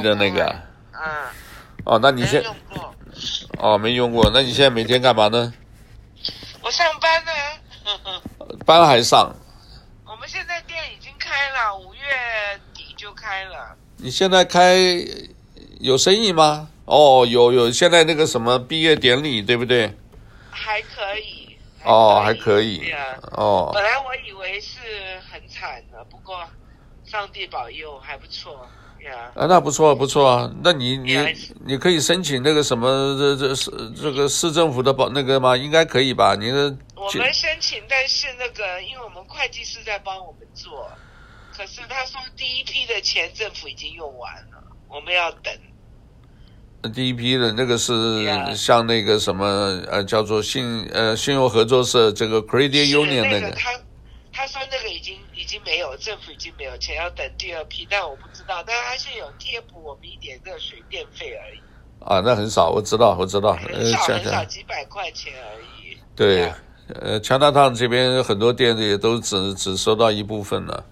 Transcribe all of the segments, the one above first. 的那个嗯，哦，那你没现用过，哦没用过，那你现在每天干嘛呢？我上班呢、 呵呵班还上？我们现在店已经开了，五月底就开了。你现在开有生意吗？哦，有有，现在那个什么毕业典礼对不对？还可以。哦，还可以哎对啊。哦本来我以为是很惨的，不过上帝保佑，还不错。呀、啊，那不错不错啊。那你你 Yes 你可以申请那个什么这这市这个市政府的保那个吗？应该可以吧？你的我们申请，但是那个，因为我们会计师在帮我们做，可是他说第一批的钱政府已经用完了，我们要等。第一批的那个是 Yeah 像那个什么呃叫做信呃信用合作社这个 Credit 是 Union 那那个他他说那个已经已经没有，政府已经没有钱，要等第二批，但我不知道，但他是有贴补我们一点热水电费而已，啊，那很少，我知道我知道。呃，很少像很少，啊几百块钱而已。对 Yeah，呃，强大烫这边很多店也都只只收到一部分了，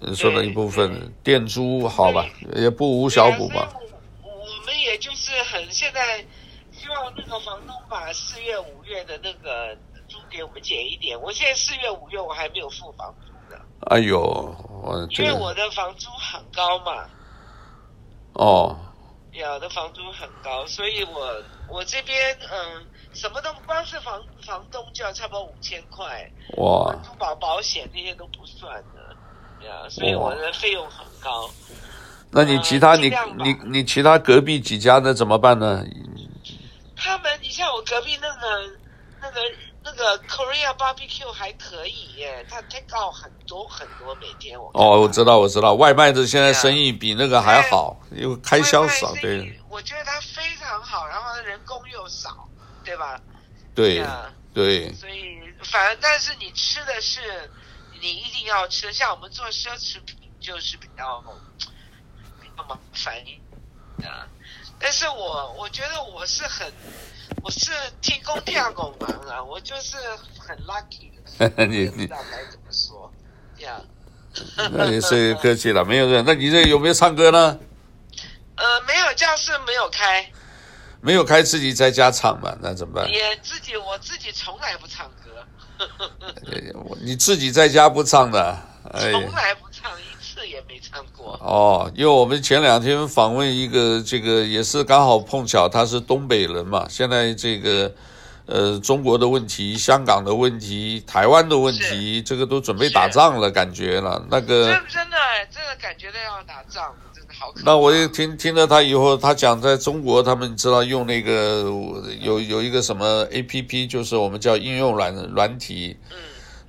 呃收到一部分店租好吧，也不无小补对啊嘛。所以我我们也就是很现在，希望那个房东把四月、五月的那个租给我们减一点。我现在四月、五月我还没有付房租呢，哎呦，我这因为个我的房租很高嘛，哦。呀我的房租很高，所以我我这边嗯什么都不光是房房东就要差不多五千块，哇，租保保险那些都不算的。呀，所以我的费用很高。那你其他呃你尽量吧你你其他隔壁几家那怎么办呢？他们，你像我隔壁那个、那个、那个 Korea Barbecue 还可以耶，他 take out 很多很多，每天我看哦，我他知道我知道，外卖的现在对啊生意比那个还好，因为开销外卖少，生对意我觉得他非常好，然后人工又少，对吧？对啊， 对，所以反正但是你吃的是你一定要吃，像我们做奢侈品就是比较比较麻烦一点啊。但是我我觉得我是很我是提供第二个忙啊，我就是很 lucky 的，你不知你道该怎么说呀。那也是客气了，没有人。那你这有没有唱歌呢？呃，没有教室没有开，没有开自己在家唱嘛？那怎么办？也自己我自己从来不唱歌， 呃我你自己在家不唱的，哎。从来不唱，一次也没唱过。哦，因为我们前两天访问一个，这个也是刚好碰巧他是东北人嘛，现在这个，呃，中国的问题、香港的问题、台湾的问题，这个都准备打仗了，感觉了。那个，真真的真的感觉到要打仗，真的好可怕。那我也听听了他以后，他讲在中国，他们知道用那个有有一个什么 A P P，就是我们叫应用软软体，嗯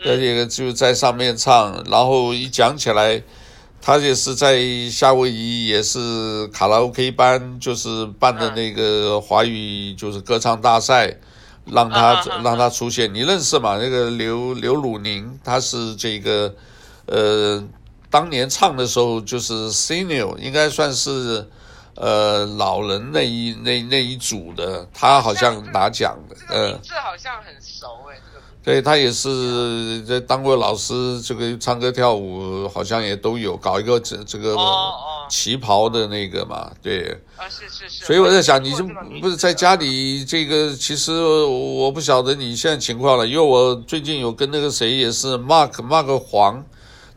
而且呃就在上面唱，然后一讲起来，他也是在夏威夷，也是卡拉 OK 班，就是办嗯的那个华语就是歌唱大赛，让他嗯嗯嗯让他出现。你认识吗？那个刘刘汝宁，他是这个呃，当年唱的时候就是 senior，应该算是。呃，老人那一那那一组的，他好像拿奖的，这呃个，名字好像很熟哎、这个名字对他也是在当过老师，这个唱歌跳舞好像也都有，搞一个这这个哦哦旗袍的那个嘛，对。啊，是是是。所以我在想，听你过就这个名字不是在家里这个？其实我不晓得你现在情况了，因为我最近有跟那个谁也是 Mark Mark 黄，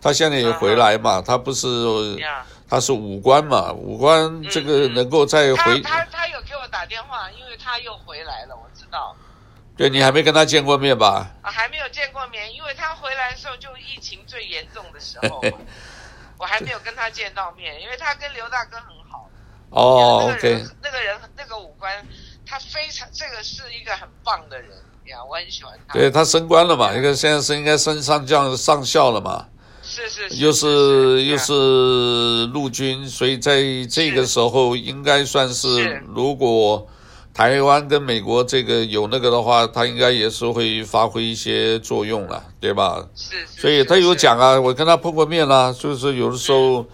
他现在也回来嗯嘛，他不是呀？他是武官嘛，武官这个能够再嗯他回，他他有给我打电话，因为他又回来了，我知道对你还没跟他见过面吧？啊，还没有见过面，因为他回来的时候就疫情最严重的时候 嘛，我还没有跟他见到面，因为他跟刘大哥很好。哦那个人，OK，那个人那个武官，他非常这个是一个很棒的人呀，我很喜欢他。对，他升官了啊嘛，一个现在是应该升上将上校了嘛，是是是，啊又是又呀是陆军，所以在这个时候应该算是是，如果台湾跟美国这个有那个的话，他应该也是会发挥一些作用了，对吧？是是，所以是他有是讲啊，我跟他碰过面啦、就是有的时候，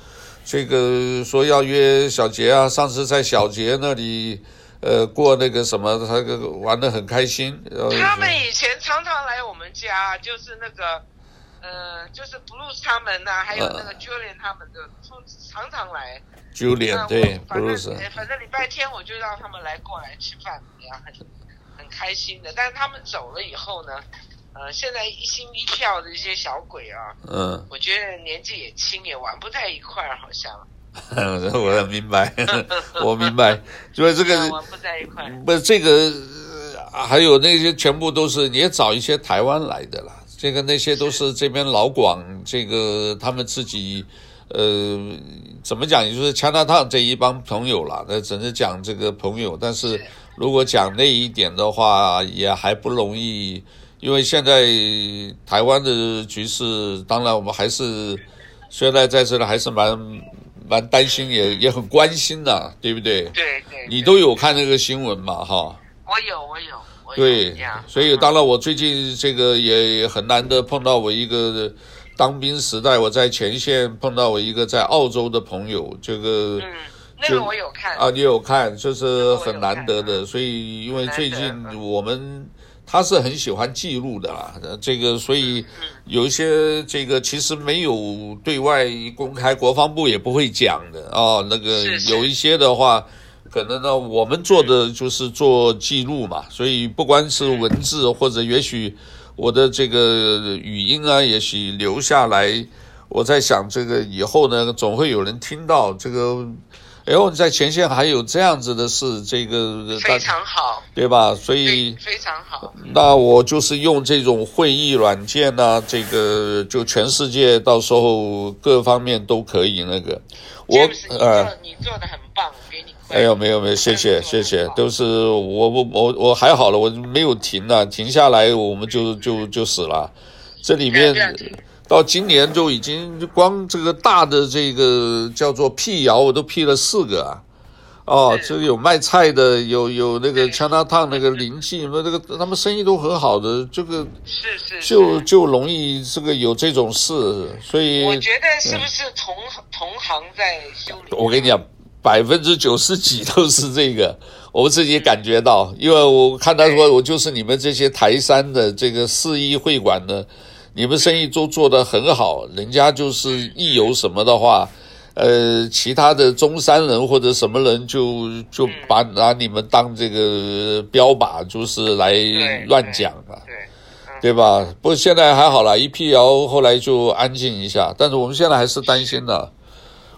这个说要约小杰啊，上次在小杰那里，呃，过那个什么，他个玩的很开心，呃他们以前常常来我们家，就是那个，呃，呃，就是 Blues 他们呐、还有那呃个 Julian 他们的，通常常来。那 Julian 我对嗯啊反正 Bruce，哎反正礼拜天我就让他们来过来吃饭，然后很很开心的。但是他们走了以后呢，呃，现在一心一票的一些小鬼啊，嗯， 我觉得年纪也轻，也玩不在一块儿，好像。我很明白， 我明白， 就是这啊个玩不在一块儿。不这个、呃还有那些全部都是你也找一些台湾来的啦，这个那些都是这边老广这个他们自己。呃，怎么讲？也就是加拿大这一帮朋友啦，那只能讲这个朋友。但是是如果讲那一点的话，也还不容易，因为现在台湾的局势，当然我们还是虽然在这里还是蛮蛮担心，也也很关心的、对不对？对对，你对都有看那个新闻嘛，哈？我有我有我有对呀，，所以当然我最近这个也很难得碰到我一个当兵时代，我在前线碰到我一个在澳洲的朋友，这个嗯，那就个我有看啊，你有看，就是很难得我有啊的，所以因为最很难得近嗯我们他是很喜欢记录的啦，呃这个所以嗯有一些这个其实没有对外公开，国防部也不会讲的哦。那个是是有一些的话，可能呢我们做的就是做记录嘛，所以不管是文字或者也许我的这个语音啊，也许留下来。我在想，这个以后呢，总会有人听到这个。哎呦，在前线还有这样子的事，这个非常好，对吧？所对以，非常好，那我就是用这种会议软件呢、这个就全世界到时候各方面都可以那个。我 James，你呃做，你做的很棒，我给你亏。哎呦，没有没有，谢谢谢谢，都是我我我我还好了，我没有停啊，停下来我们就就就死了。这里面不要不要到今年就已经光这个大的这个叫做辟谣，我都辟了四个啊。哦，是这个有卖菜的，有有那个对 China Town 那个灵气，那这个他们生意都很好的，这个是是是就就容易这个有这种事，所以我觉得是不是同同行在修理？嗯我跟你讲，百分之九十几都是这个，我自己感觉到，因为我看他说，我就是你们这些台山的这个四一会馆的，你们生意都做得很好，人家就是一有什么的话。呃，其他的中山人或者什么人就就嗯把拿你们当这个标靶，就是来对乱讲啊。对，对吧？不过现在还好啦，一辟谣后来就安静一下，但是我们现在还是担心的。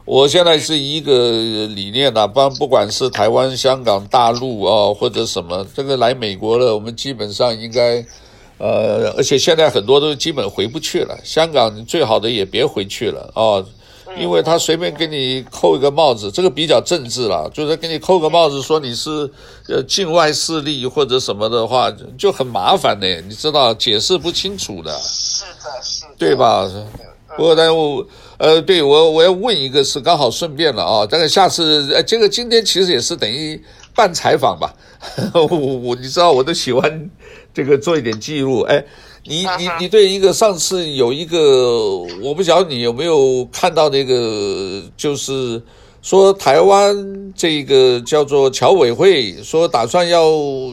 我现在是一个理念呐、不然不管是台湾、香港、大陆啊，或者什么，这个来美国了，我们基本上应该，呃，而且现在很多都基本回不去了。香港你最好的也别回去了哦，因为他随便给你扣一个帽子，这个比较政治了，就是给你扣个帽子说你是呃境外势力或者什么的话，就就很麻烦的，你知道解释不清楚的。是的，是的，对？吧？不过呢，我呃，对我我要问一个是刚好顺便了啊，但是下次呃，这个今天其实也是等于半采访吧。 我我你知道我都喜欢这个做一点记录。哎，你啊哈你你对一个上次有一个，我不晓得你有没有看到那个，就是说台湾这个叫做侨委会说打算要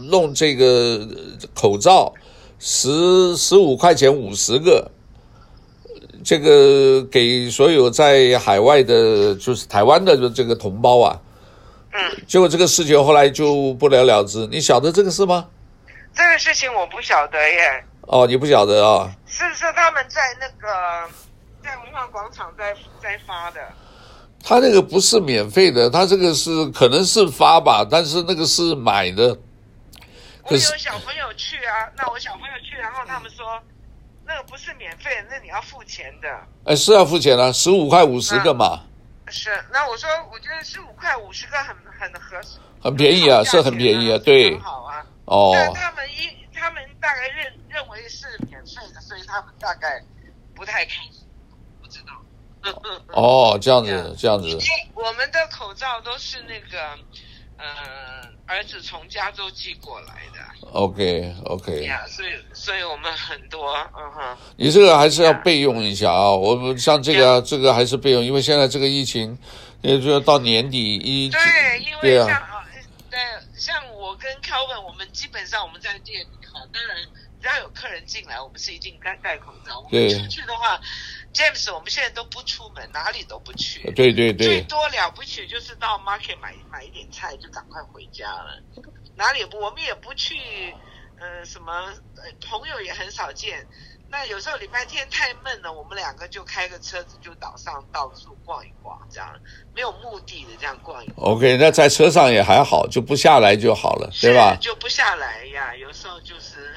弄这个口罩，十十五块钱五十个。这个给所有在海外的，就是台湾的这个同胞啊，嗯，结果这个事情后来就不了了之。你晓得这个事吗？这个事情我不晓得耶，哦，你不晓得啊？是不是他们在那个在文化广场在在发的？他那个不是免费的，他这个是可能是发吧，但是那个是买的。我可有是小朋友去啊，那我小朋友去，然后他们说那个不是免费的，那你要付钱的。哎，是要付钱啊，十五块五十个嘛，是，那我说我觉得十五块五十个很很合适，很便宜啊，很好是很便宜啊，价钱对很，好啊。哦，但他们一他们大概认认为是免费的，所以他们大概不太开心，不知道。哦，这样嗯子，这样因子为，我们的口罩都是那个，呃，儿子从加州寄过来的，OK，OK，、呀所以所以我们很多，嗯哼，你这个还是要备用一下啊！我们像这个啊、这个还是备用，因为现在这个疫情，也就要到年底一对，因对为像呃啊，啊，对，像我跟 Calvin，我们基本上我们在店里哈，当然在要有客人进来，我们是一定该戴口罩。我对们出去的话，James，我们现在都不出门，哪里都不去。对呃对最对，多了不起就是到 market 买买一点菜，就赶快回家了。哪里也不，我们也不去，呃，什么呃朋友也很少见。那有时候礼拜天太闷了，我们两个就开个车子就岛上到处逛一逛，这样没有目的的这样逛一逛， OK，那在车上也还好，就不下来就好了，对吧是？就不下来呀。有时候就是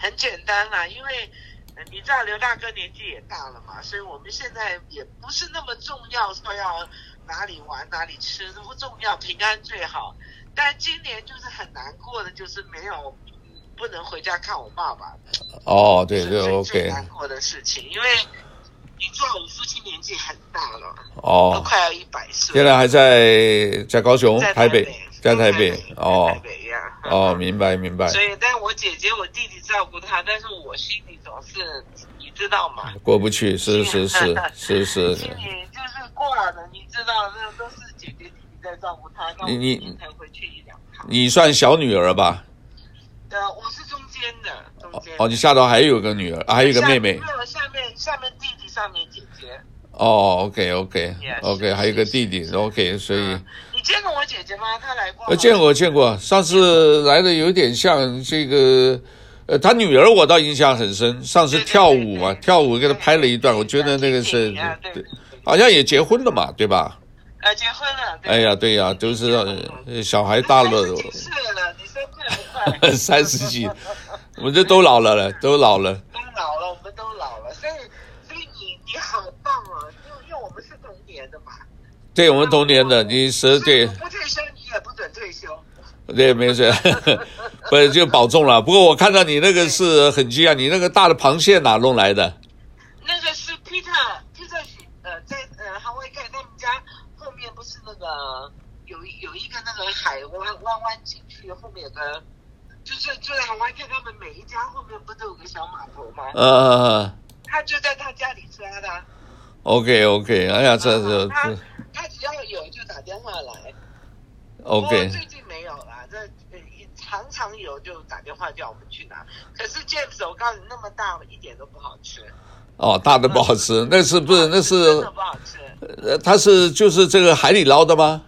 很简单啦，因为。呃你知道刘大哥年纪也大了嘛，所以我们现在也不是那么重要，说要哪里玩哪里吃都不重要，平安最好。但今年就是很难过的，就是没有不能回家看我爸爸，哦，对是对最最，OK，难过的事情，因为你知道我父亲年纪很大了，都哦，快要一百岁现了，在还在在高雄、在台北，在台台北，在哦台北呀，哦，明白明白，所以，但我姐姐、我弟弟照顾他，但是我心里总是，你知道吗？过不去，是是是 是是，心里就是挂了，你知道，那都是姐姐、弟弟在照顾他，那我你你一年才回去一两趟。你算小女儿吧？呃，我是中间的，中间。哦，你下头还有个女儿，啊还有一个妹妹下，没有下面下面弟弟，上面姐姐。哦，OK OK Yes OK，还有一个弟弟，OK，所以嗯你见过我姐姐吗？她来过吗。呃，见过见过，上次来的有点像这个，呃，他女儿我倒印象很深，上次对对跳对舞对嘛，对跳舞给他拍了一段，我觉得那个对是对啊，对对好像也结婚了嘛，对吧？呃，结婚了。对哎呀，，对呀，都是呃小孩大了，三十几岁了，你说快不快？ 三十几，我们这都老了了，都老了。都老了，我们都老了，所以所以你你好棒啊，因为因为我们是同年的嘛。对我们同年的，你十所对以我不退休，你也不准退休。对没事， 不是就保重了。不过我看到你那个是很惊讶，你那个大的螃蟹哪弄来的？那个是 Peter Peter 许呃在呃韩威盖他们家后面不是那个有一有一个那个海湾弯弯进去，后面有个就是就在韩威盖他们每一家后面不都有个小码头吗？呃他就在他家里抓的啊。 ，OK OK，哎呀，这这他这他只要有就打电话来。不过 OK，最近没有啦，这呃常常有就打电话叫我们去拿。可是 James，我告诉你，那么大一点都不好吃。啊哦，大的不好吃，那是不是那啊是真的不好吃。呃它是就是这个海里捞的吗？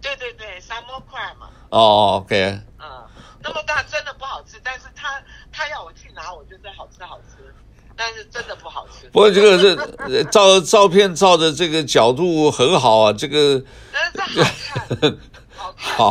对对对，沙漠块嘛，哦，OK，嗯，那么大真的不好吃。但是他他要我去拿，我就说好吃好吃，但是真的不好吃。不过这个是呃照照片照的这个角度很好啊，这个但是好看，好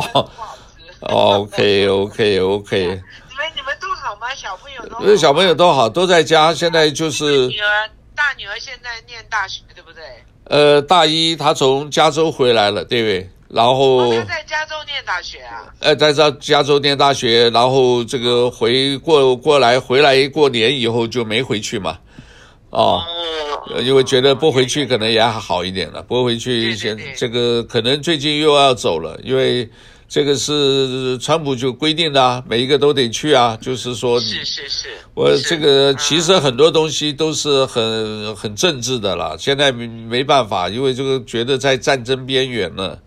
好看，但是不好吃。 OK OK OK， 你们你们都好吗？小朋友都好那吗小朋友都好，都在家，现在就你是女儿大女儿现在念大学，对不对？呃大一他从加州回来了，对不对？然后哦，她在加州念大学啊。呃在加加州念大学，然后这个回过过来回来过年以后就没回去嘛，哦。呃因为觉得不回去可能也还好一点了，不回去对对现对这个可能最近又要走了，因为这个是川普就规定的、啊，每一个都得去啊，就是说你哦是是是，我是这个嗯其实很多东西都是很很政治的啦，现在没没办法，因为这个觉得在战争边缘了，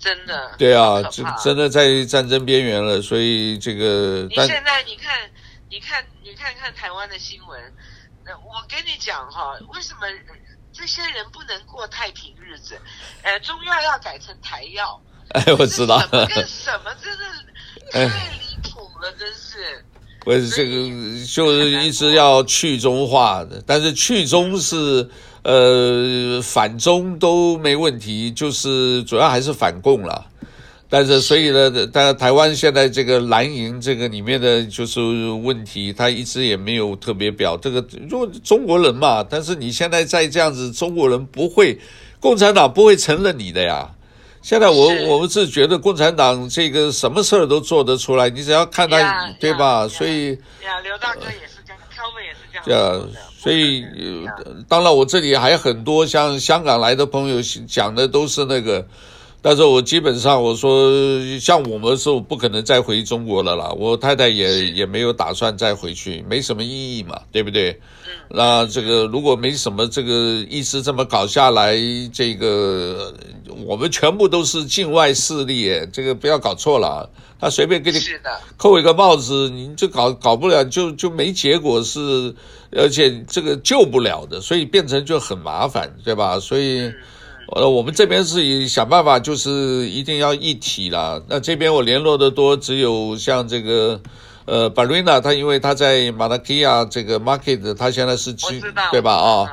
真的对啊，很可这怕真的在战争边缘了，所以这个你但现在你看，你看，你看看台湾的新闻，那我跟你讲哈，为什么这些人不能过太平日子？呃，中药要改成台 药，哎，我知道，哎这什么跟什么，真 的太离谱了，真是。我这个就是一直要去中化的，但是去中是呃反中都没问题，就是主要还是反共了。但是所以呢，但台湾现在这个蓝营这个里面的就是问题，他一直也没有特别表这个，如果中国人嘛，但是你现在再这样子，中国人不会，共产党不会承认你的呀。现在我是我们是觉得共产党这个什么事儿都做得出来，你只要看他 Yeah, 对吧 yeah, 所以呀，刘大哥也是这样，康文也是这样这样说的。所以不可能呀呃当然我这里还很多像香港来的朋友讲的都是那个，但是我基本上我说像我们是不可能再回中国了啦，我太太也是也没有打算再回去，没什么意义嘛，对不对？嗯，那这个如果没什么这个意思这么搞下来，这个我们全部都是境外势力，这个不要搞错了啊。他随便给你是的，扣一个帽子，你就搞搞不了，就就没结果是，而且这个救不了的，所以变成就很麻烦，对吧？所嗯以，呃，我们这边是以想办法，就是一定要一体啦。那这边我联络的多，只有像这个。呃巴瑞娜，他因为他在马拉基亚这个 market，他现在是我基知道，对吧？啊、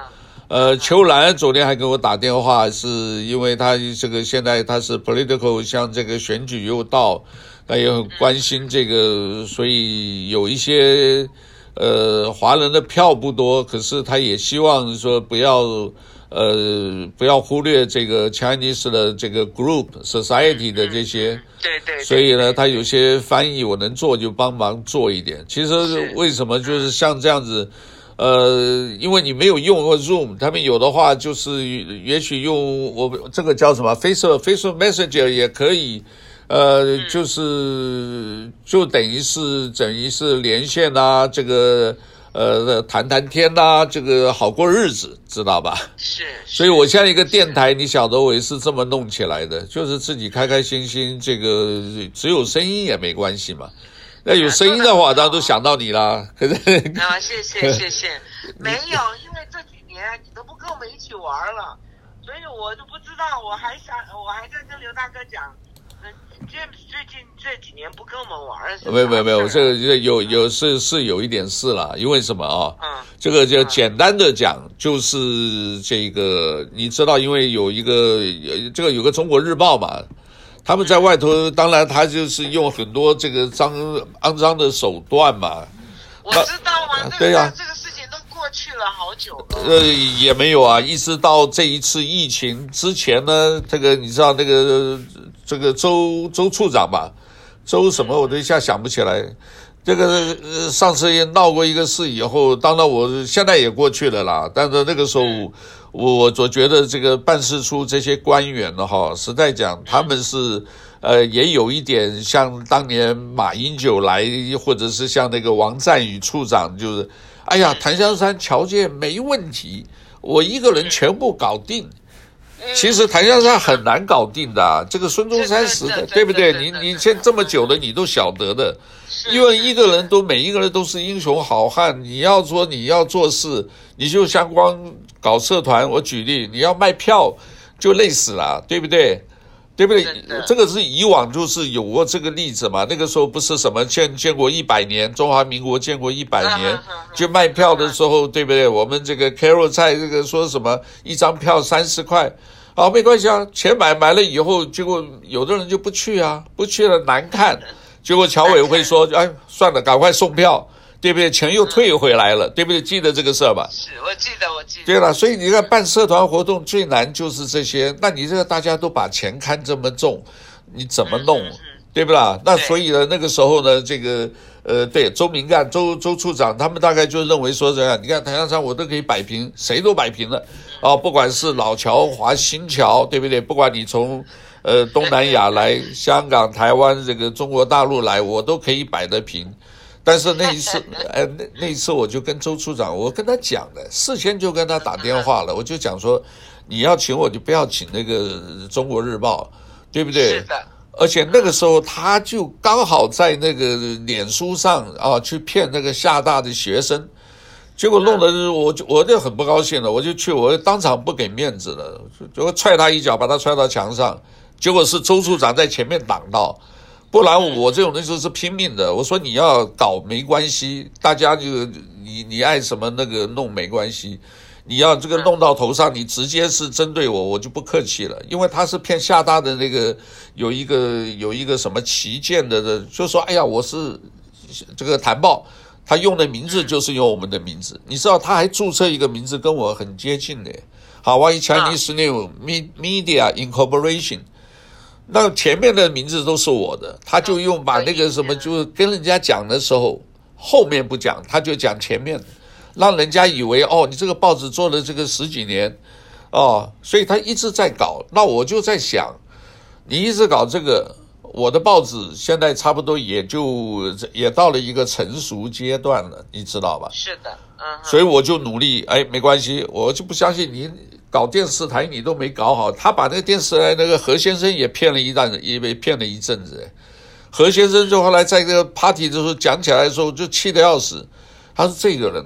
嗯呃，秋兰昨天还给我打电话，是因为他这个现在他是 political，像这个选举又到，他也很关心这个，所以有一些呃华人的票不多，可是他也希望说不要呃不要忽略这个 Chinese 的这个 group society 的这些。对对对，所以呢，对他有些翻译我能做就帮忙做一点。其实是为什么就是像这样子，呃，因为你没有用过 Zoom，他们有的话就是也许用我这个叫什么 Facebook Facebook Messenger 也可以。嗯呃，就是就等于是等于是连线呐、这个呃谈谈天呐、这个好过日子，知道吧？是，所以我现在一个电台，你晓得我也是这么弄起来的，就是自己开开心心，这个只有声音也没关系嘛。那有声音的话，当然都想到你啦。可是，啊，谢 谢谢谢，没有，因为这几年你都不跟我们一起玩了，所以我就不知道，我还想，我还在跟刘大哥讲，嗯、James 最近这几年不跟我们玩了，是没有没有没有，啥事这儿个这有有是是有一点事啦，因为什么啊？啊这个就简单的讲，就是这个，你知道，因为有一个有这个有个中国日报嘛，他们在外头，当然他就是用很多这个脏肮脏的手段嘛，嗯，我知道啊，这对个、呀这个事情都过去了好久了，呃，也没有啊，一直到这一次疫情之前呢，这个你知道那个这个周周处长吧，周什么我都一下想不起来。这个、呃、上次也闹过一个事以后，当然我现在也过去了啦，但是那个时候我我总觉得这个办事处这些官员呢，哈，实在讲他们是。呃，也有一点像当年马英九来，或者是像那个王赞宇处长，就是，哎呀，檀香山侨界没问题，我一个人全部搞定。其实檀香山很难搞定的啊、这个孙中山时代，这这这对不对？这你这你这现这么久了，你都晓得的。嗯是因为一个人都每一个人都是英雄好汉，你要说你要做事，你就像光搞社团，我举例，你要卖票就累死了，对不对？对不对真的？这个是以往就是有过这个例子嘛。那个时候不是什么建建国一百年，中华民国建国一百年嗯嗯嗯，就卖票的时候，对不对？我们这个 Carol 菜这个说什么一张票三十块，啊，没关系啊，钱买买了以后，结果有的人就不去啊，不去了难看，结果侨委会说，哎，算了，赶快送票，对不对？钱又退回来了，对不对？记得这个事儿吧？是我记得我记得，对了，所以你看办社团活动最难就是这些。那你这个大家都把钱看这么重，你怎么弄嗯嗯，对不啦？那对所以呢，那个时候呢，这个呃，对周明干、周周处长他们大概就认为说这样，你看台上山我都可以摆平，谁都摆平了啊，不管是老侨、华新侨，对不对？不管你从呃东南亚来、香港、台湾这个中国大陆来，我都可以摆得平。但是那一次， 哎，那那一次我就跟周处长，我跟他讲了，事先就跟他打电话了，我就讲说，你要请我就不要请那个《中国日报》，对不对？是的，而且那个时候他就刚好在那个脸书上啊去骗那个厦大的学生，结果弄得我就我就很不高兴了，我就去我当场不给面子了，就就踹他一脚，把他踹到墙上，结果是周处长在前面挡到。不然我这种人就是拼命的。我说你要搞没关系，大家就你你爱什么那个弄没关系，你要这个弄到头上，你直接是针对我，我就不客气了，因为他是骗厦大的那个有一个有一个什么旗舰的的，就说哎呀我是这个谈报。他用的名字就是用我们的名字，你知道，他还注册一个名字跟我很接近的，Hawaii Chinese New Me- Media Incorporation，那前面的名字都是我的，他就用把那个什么，就是跟人家讲的时候，后面不讲，他就讲前面的，让人家以为哦，你这个报纸做了这个十几年，哦，所以他一直在搞。那我就在想，你一直搞这个，我的报纸现在差不多也就也到了一个成熟阶段了，你知道吧？是的，嗯哼，所以我就努力，哎，没关系，我就不相信你搞电视台你都没搞好，他把那个电视台那个何先生也骗了一阵，也被骗了一阵子。何先生就后来在这个 party 的时候讲起来的时候，就气得要死。他说这个人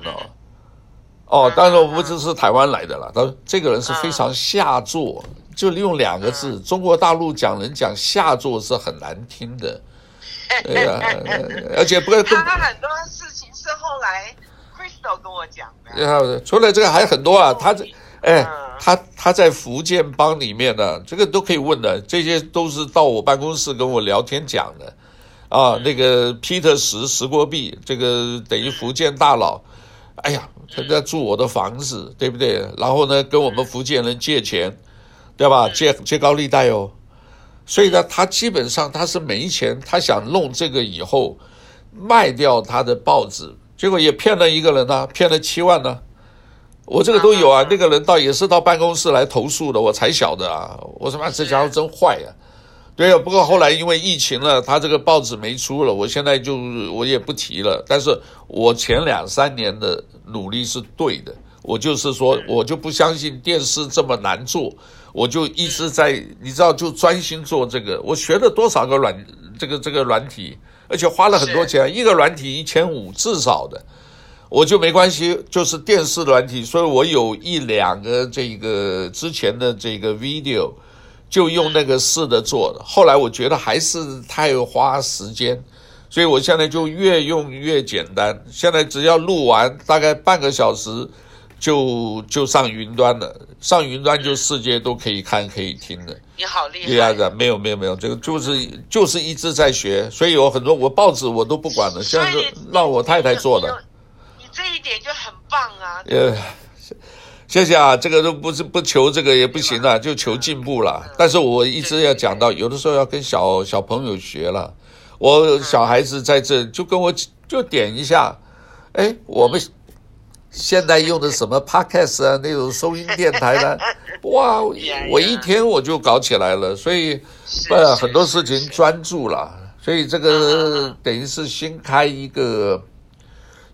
哦，哦，当然我们这是台湾来的了。他说这个人是非常下作，就用两个字，中国大陆讲人讲下作是很难听的。对 呀、呃而且不更他很多事情是后来 Crystal 跟我讲的。然后啊除了这个还很多啊，他这哎嗯，他他在福建帮里面呢，这个都可以问的，这些都是到我办公室跟我聊天讲的，啊，那个 Peter 石石国弼，这个等于福建大佬，哎呀，他在住我的房子，对不对？然后呢，跟我们福建人借钱，对吧？借借高利贷哦，所以呢，他基本上他是没钱，他想弄这个以后卖掉他的报纸，结果也骗了一个人呢、骗了七万呢、我这个都有啊，那个人到也是到办公室来投诉的，我才晓得啊。我他妈这家伙真坏呀、对啊，不过后来因为疫情了，他这个报纸没出了，我现在就我也不提了。但是我前两三年的努力是对的，我就是说，我就不相信电视这么难做，我就一直在，你知道，就专心做这个。我学了多少个软这个这个软体，而且花了很多钱，一个软体一千五至少的。我就没关系，就是电视软体，所以我有一两个这个之前的这个 video，就用那个试着做的。后来我觉得还是太花时间，所以我现在就越用越简单。现在只要录完大概半个小时就，就上云端了。上云端就世界都可以看可以听的。你好厉对啊，害！对啊没有没有没有，这个就是就是一直在学，所以有很多我报纸我都不管了，现在就所以你让我太太做的。。你你这一点就很棒啊！呃，谢谢啊，这个都不是不求这个也不行啊了，就求进步了。但是我一直要讲到，有的时候要跟小小朋友学了。我小孩子在这就跟我就点一下，哎，我们现在用的什么 podcast 啊，那种收音电台呢？哇，我一天我就搞起来了，所以是呃是很多是事情是专注了，所以这嗯嗯个嗯等于是新开一个。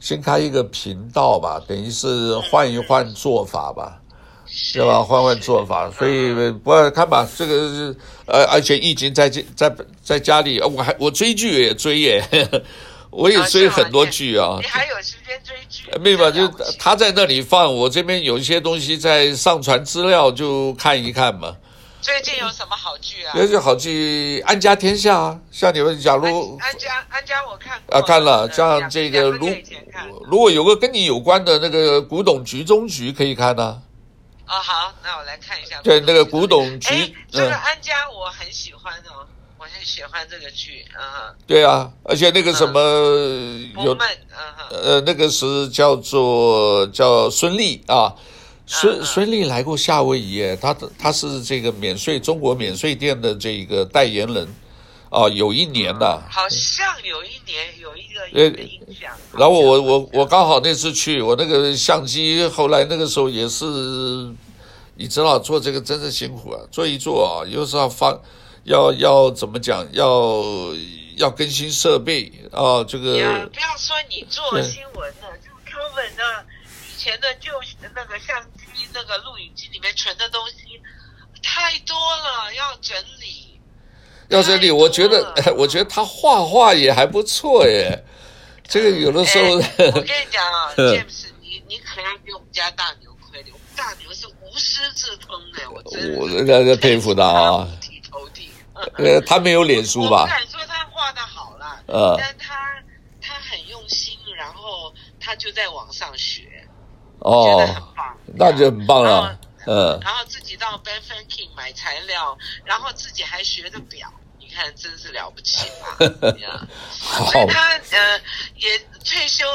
先开一个频道吧，等于是换一换做法吧，是啊对吧？换换做法，所以不要看吧，这个是呃，而且疫情在家在在家里，呃我还我追剧也追耶， 我也啊追是吗很多剧啊呃你，还有时间追剧？没有吧，真就了不起他在那里放，我这边有一些东西在上传资料就看一看嘛。最近有什么好剧啊？而且好去安家天下啊，像你们假如安安家安家我看过啊，看了，嗯像两这个两如月以前看如果有个跟你有关的那个古董局中局可以看啊，啊，好，那我来看一下。对那个古董哎局，，这嗯个，安家我很喜欢哦，我很喜欢这个剧，嗯哼，对啊，而且那个什么不有闷，嗯哼，呃，那个是叫做叫孙俪啊，嗯孙嗯孙俪来过夏威夷耶，她她是这个免税中国免税店的这个代言人啊，有一年呐、好像有一年有一个呃有一个印象。然后我我我好刚好那次去，我那个相机后来那个时候也是，你知道做这个真是辛苦啊，做一做啊，有时候放要要怎么讲，要要更新设备啊，这像个呀，不要说你做对新闻了，就是 Kevin 的以前的旧那个相机、那个录影机里面存的东西太多了，要整理。要这里，我觉得哎太多了我觉得他画画也还不错耶，这个有的时候、 哎我跟你讲啊嗯，James，你你可要给我们家大牛亏了，我们大牛是无师自通的，我真的我让人佩服他啊，五体投地。呃，他没有脸书我不吧？敢说他画的好啦，嗯但他他很用心，然后他就在网上学，哦觉得，很棒，那就很棒了，嗯。然后自己到 Ben f r a n k i n 买材料，然后自己还学的表，你看真是了不起 啊！呀所嗯以他呃也退休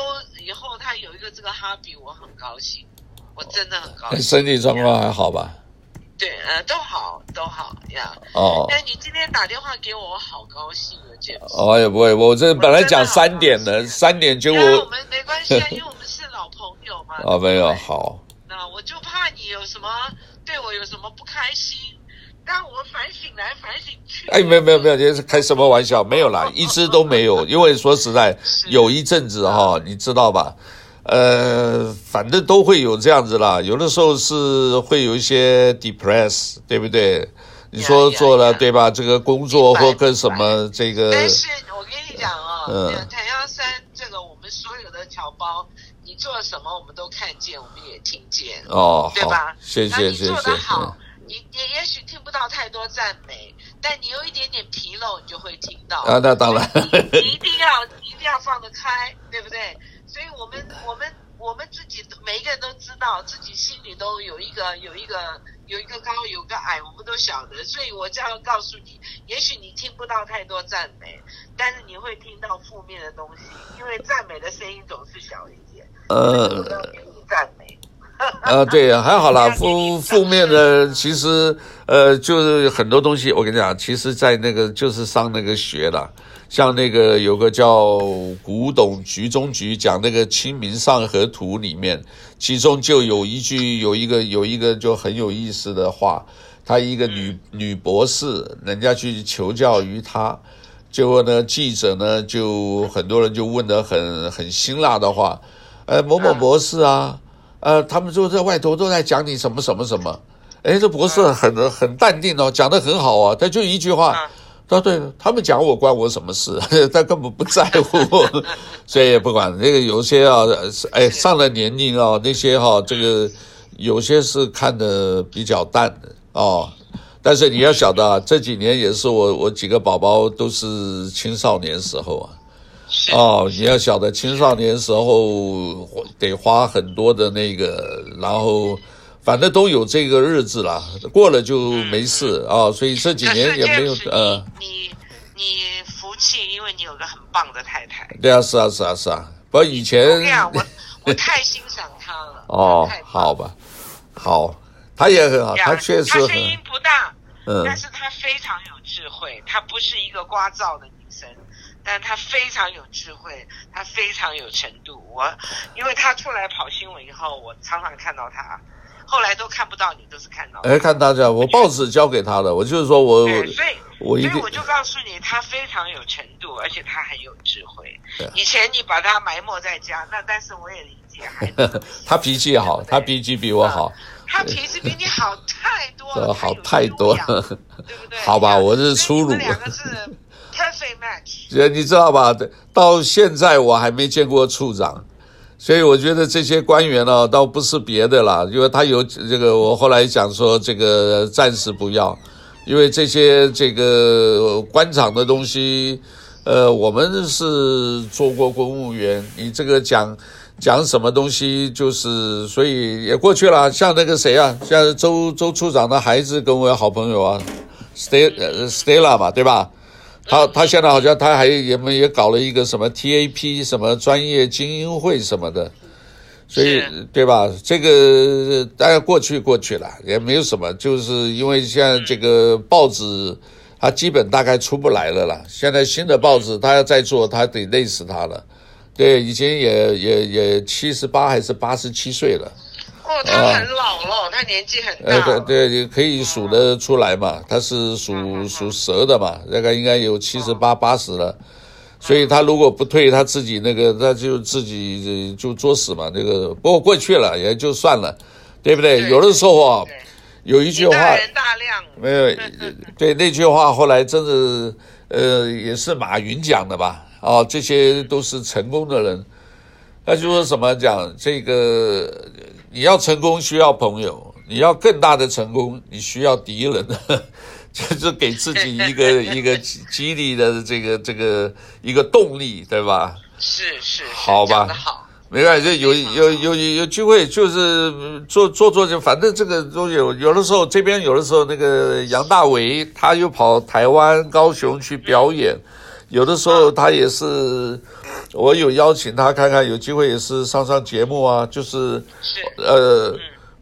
以后，他有一个这个 hobby，我很高兴，我真的很高 兴。身体状况还好吧？对，呃，都好，都好呀。哦，但你今天打电话给我，我好高兴啊，这。哦也不会，我这本来讲三点的，啊三点结因为我果们没关系啊，因为我们是老朋友 嘛。哦没有好，那我就怕你有什么对我有什么不开心，让我反省来反省去。哎没有没有没有，这是开什么玩啊笑？没有啦，一直都没有，因为说实在，有一阵子哈、你知道吧？呃，反正都会有这样子啦。有的时候是会有一些 depress，对不对？你说 Yeah, yeah, 做了 yeah. 对吧？这个工作明白或跟什么这个，但是我跟你讲啊、嗯那个檀香山这个我们所有的侨胞，你做什么我们都看见，我们也听见，哦，对好吧，？谢那谢你谢谢做，的好嗯，你你也许听不到太多赞美，但你有一点点纰漏，你就会听到。啊，那当 然，你你一定要你一定要放得开，对不对？所以我们我们我们自己每一个人都知道，自己心里都有一个有一个有一个高有个矮，我们都晓得。所以我这样告诉你，也许你听不到太多赞美，但是你会听到负面的东西，因为赞美的声音总是小一点。我呃都。给你赞美， 啊，对，还好啦。不要给你负负掌面声的，其实呃，就是很多东西，我跟你讲，其实，在那个就是上那个学了，像那个有个叫古董局中局讲那个《清明上河图》里面，其中就有一句有一个有一个就很有意思的话，她一个女、女博士，人家去求教于她。结果呢，记者呢就很多人就问得很很辛辣的话，呃，某某博士啊，呃，他们就在外头都在讲你什么什么什么，哎，这博士很很淡定哦，讲得很好啊，他就一句话嗯，他啊对他们讲我关我什么事， 他根本不在乎， 所以也不管那个有些啊，哎，上了年龄啊，那些哈、这个有些是看得比较淡的哦。但是你要晓得啊，这几年也是我我几个宝宝都是青少年时候啊，是哦，你要晓得青少年时候得花很多的那个，然后反正都有这个日子啦，过了就没事啊、所以这几可是年也没有 James，呃，你你你福气，因为你有个很棒的太太。对啊，是啊，是啊，是啊，不过以我前跟你讲，啊 我我太欣赏他了。嗯哦他太，棒了好吧，好，他也很好，两他确实啊声音很不大，嗯但是她非常有智慧，她不是一个聒噪的女生，但她非常有智慧，她非常有程度。我因为她出来跑新闻以后，我常常看到她，后来都看不到你，都是看到她。哎，看大家，我报纸交给他的，我就是说我对，所以我一所以定我就告诉你，她非常有程度，而且她很有智慧对。以前你把她埋没在家，那但是我也理解， 孩子我他脾气好，他脾气比我好，他脾气比你好太多呃 了，好嗯他太有多修养了。 对不对？好吧我是粗鲁所以你们 两个是 perfect match。呃，你知道吧？到现在我还没见过处长，所以我觉得这些官员呢、倒不是别的啦，因为他有这个，我后来讲说这个暂时不要，因为这些这个官场的东西，呃，我们是做过公务员，你这个讲讲什么东西，就是所以也过去了。像那个谁啊，像周周处长的孩子跟我有好朋友啊，Ste 呃 Stella 嘛，对吧？他他现在好像他还也没也搞了一个什么 TAP 什么专业精英会什么的，所以是对吧？这个大家过去过去了，也没有什么，就是因为现在这个报纸它基本大概出不来了啦。现在新的报纸它要再做，它得累死它了。对，已经也也也七十八还是八十七岁了，哦，他很老了，他年纪很大呃，啊对了。对，也可以数得出来嘛，他是嗯属嗯属蛇的嘛，大概应该有七十八八十了，所以他如果不退，他自己那个他就自己呃就作死嘛，这个不过过去了也就算了，对不对？对有的时候啊对，有一句你大话，人大量，没有，对那句话后来真的，呃，也是马云讲的吧？啊，这些都是成功的人。他就说什么讲这个，呃你要成功需要朋友，你要更大的成功，你需要敌人， 就是给自己一个一个激激励的这个这个一个动力，对吧？是是，是好吧讲得好，没关系，就有有有有有机会，就是嗯做做做，就反正这个都有。有的时候这边有的时候那个杨大为他又跑台湾高雄去表演，有的时候他也是，我有邀请他看看，有机会也是上上节目啊，就是是呃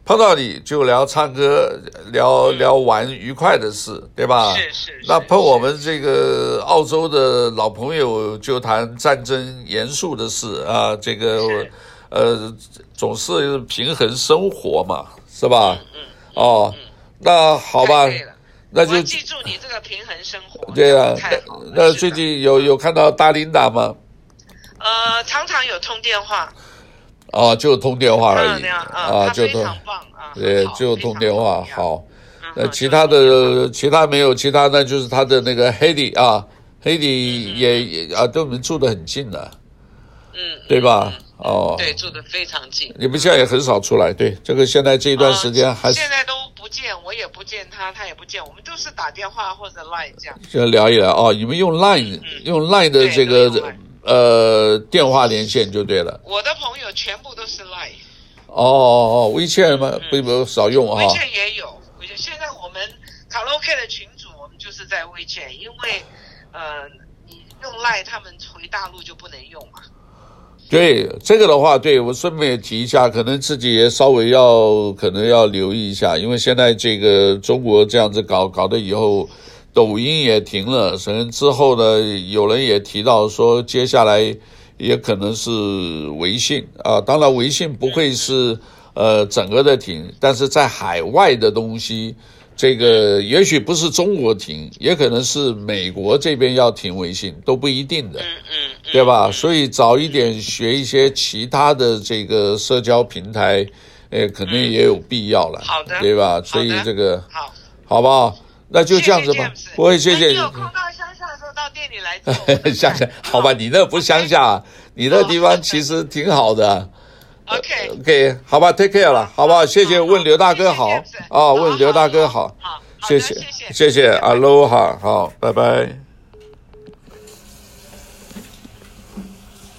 碰到你就聊唱歌，聊聊玩愉快的事，对吧？是是。啊那是碰我们这个澳洲的老朋友，就谈战争严肃的事啊，这个是呃，总是平衡生活嘛，是吧？哦，那好吧嗯太对了，那我就记住你这个平衡生活。对啊太好了。。那是的最近有有看到大琳达吗？呃，常常有通电话，啊，就通电话而已嗯那样啊，他就非通，常棒啊，对，很好就非通常电话重要好。嗯那哼其就他是的其他没有，其他呢就是他的那个 Hedy 啊，Hedy 也也啊，对我们住得很近的，嗯，对吧嗯？哦，对，住的非常近。你们现在也很少出来，对，这个现在这一段时间还啊是现在都不见，我也不见他，他也不见，我们都是打电话或者 Line 这样。就聊一聊哦，你们用 Line 嗯用 Line 的对这个都用 Line 呃电话连线就对了。我的朋友全部都是 Line，哦哦哦，微信嗯嘛不不少用啊微，信也有。我觉得现在我们卡拉 OK 的群主，我们就是在微信，因为呃，你用 Line 他们回大陆就不能用嘛。对这个的话，对我顺便也提一下，可能自己也稍微要可能要留意一下，因为现在这个中国这样子搞搞的以后，抖音也停了，可能之后呢，有人也提到说，接下来也可能是微信啊，当然微信不会是呃整个的停，但是在海外的东西。这个也许不是中国停，也可能是美国这边要停微信，都不一定的。嗯嗯嗯，对吧？所以早一点学一些其他的这个社交平台，呃，肯定也有必要了，嗯好的对吧？所以好的这个好，好不好？那就这样子吧。谢谢哎 James 我也谢那谢你有空到乡下的时候到店里来做我你。的乡 下菜，好吧，你那不乡哎下，你那地方其实挺好哦的。 OK， OK，好吧，Take care 了，好不好？谢谢，问刘大哥好谢谢啊，好问刘大哥好好，好，好谢的谢谢，谢谢拜拜，Aloha，好，拜拜。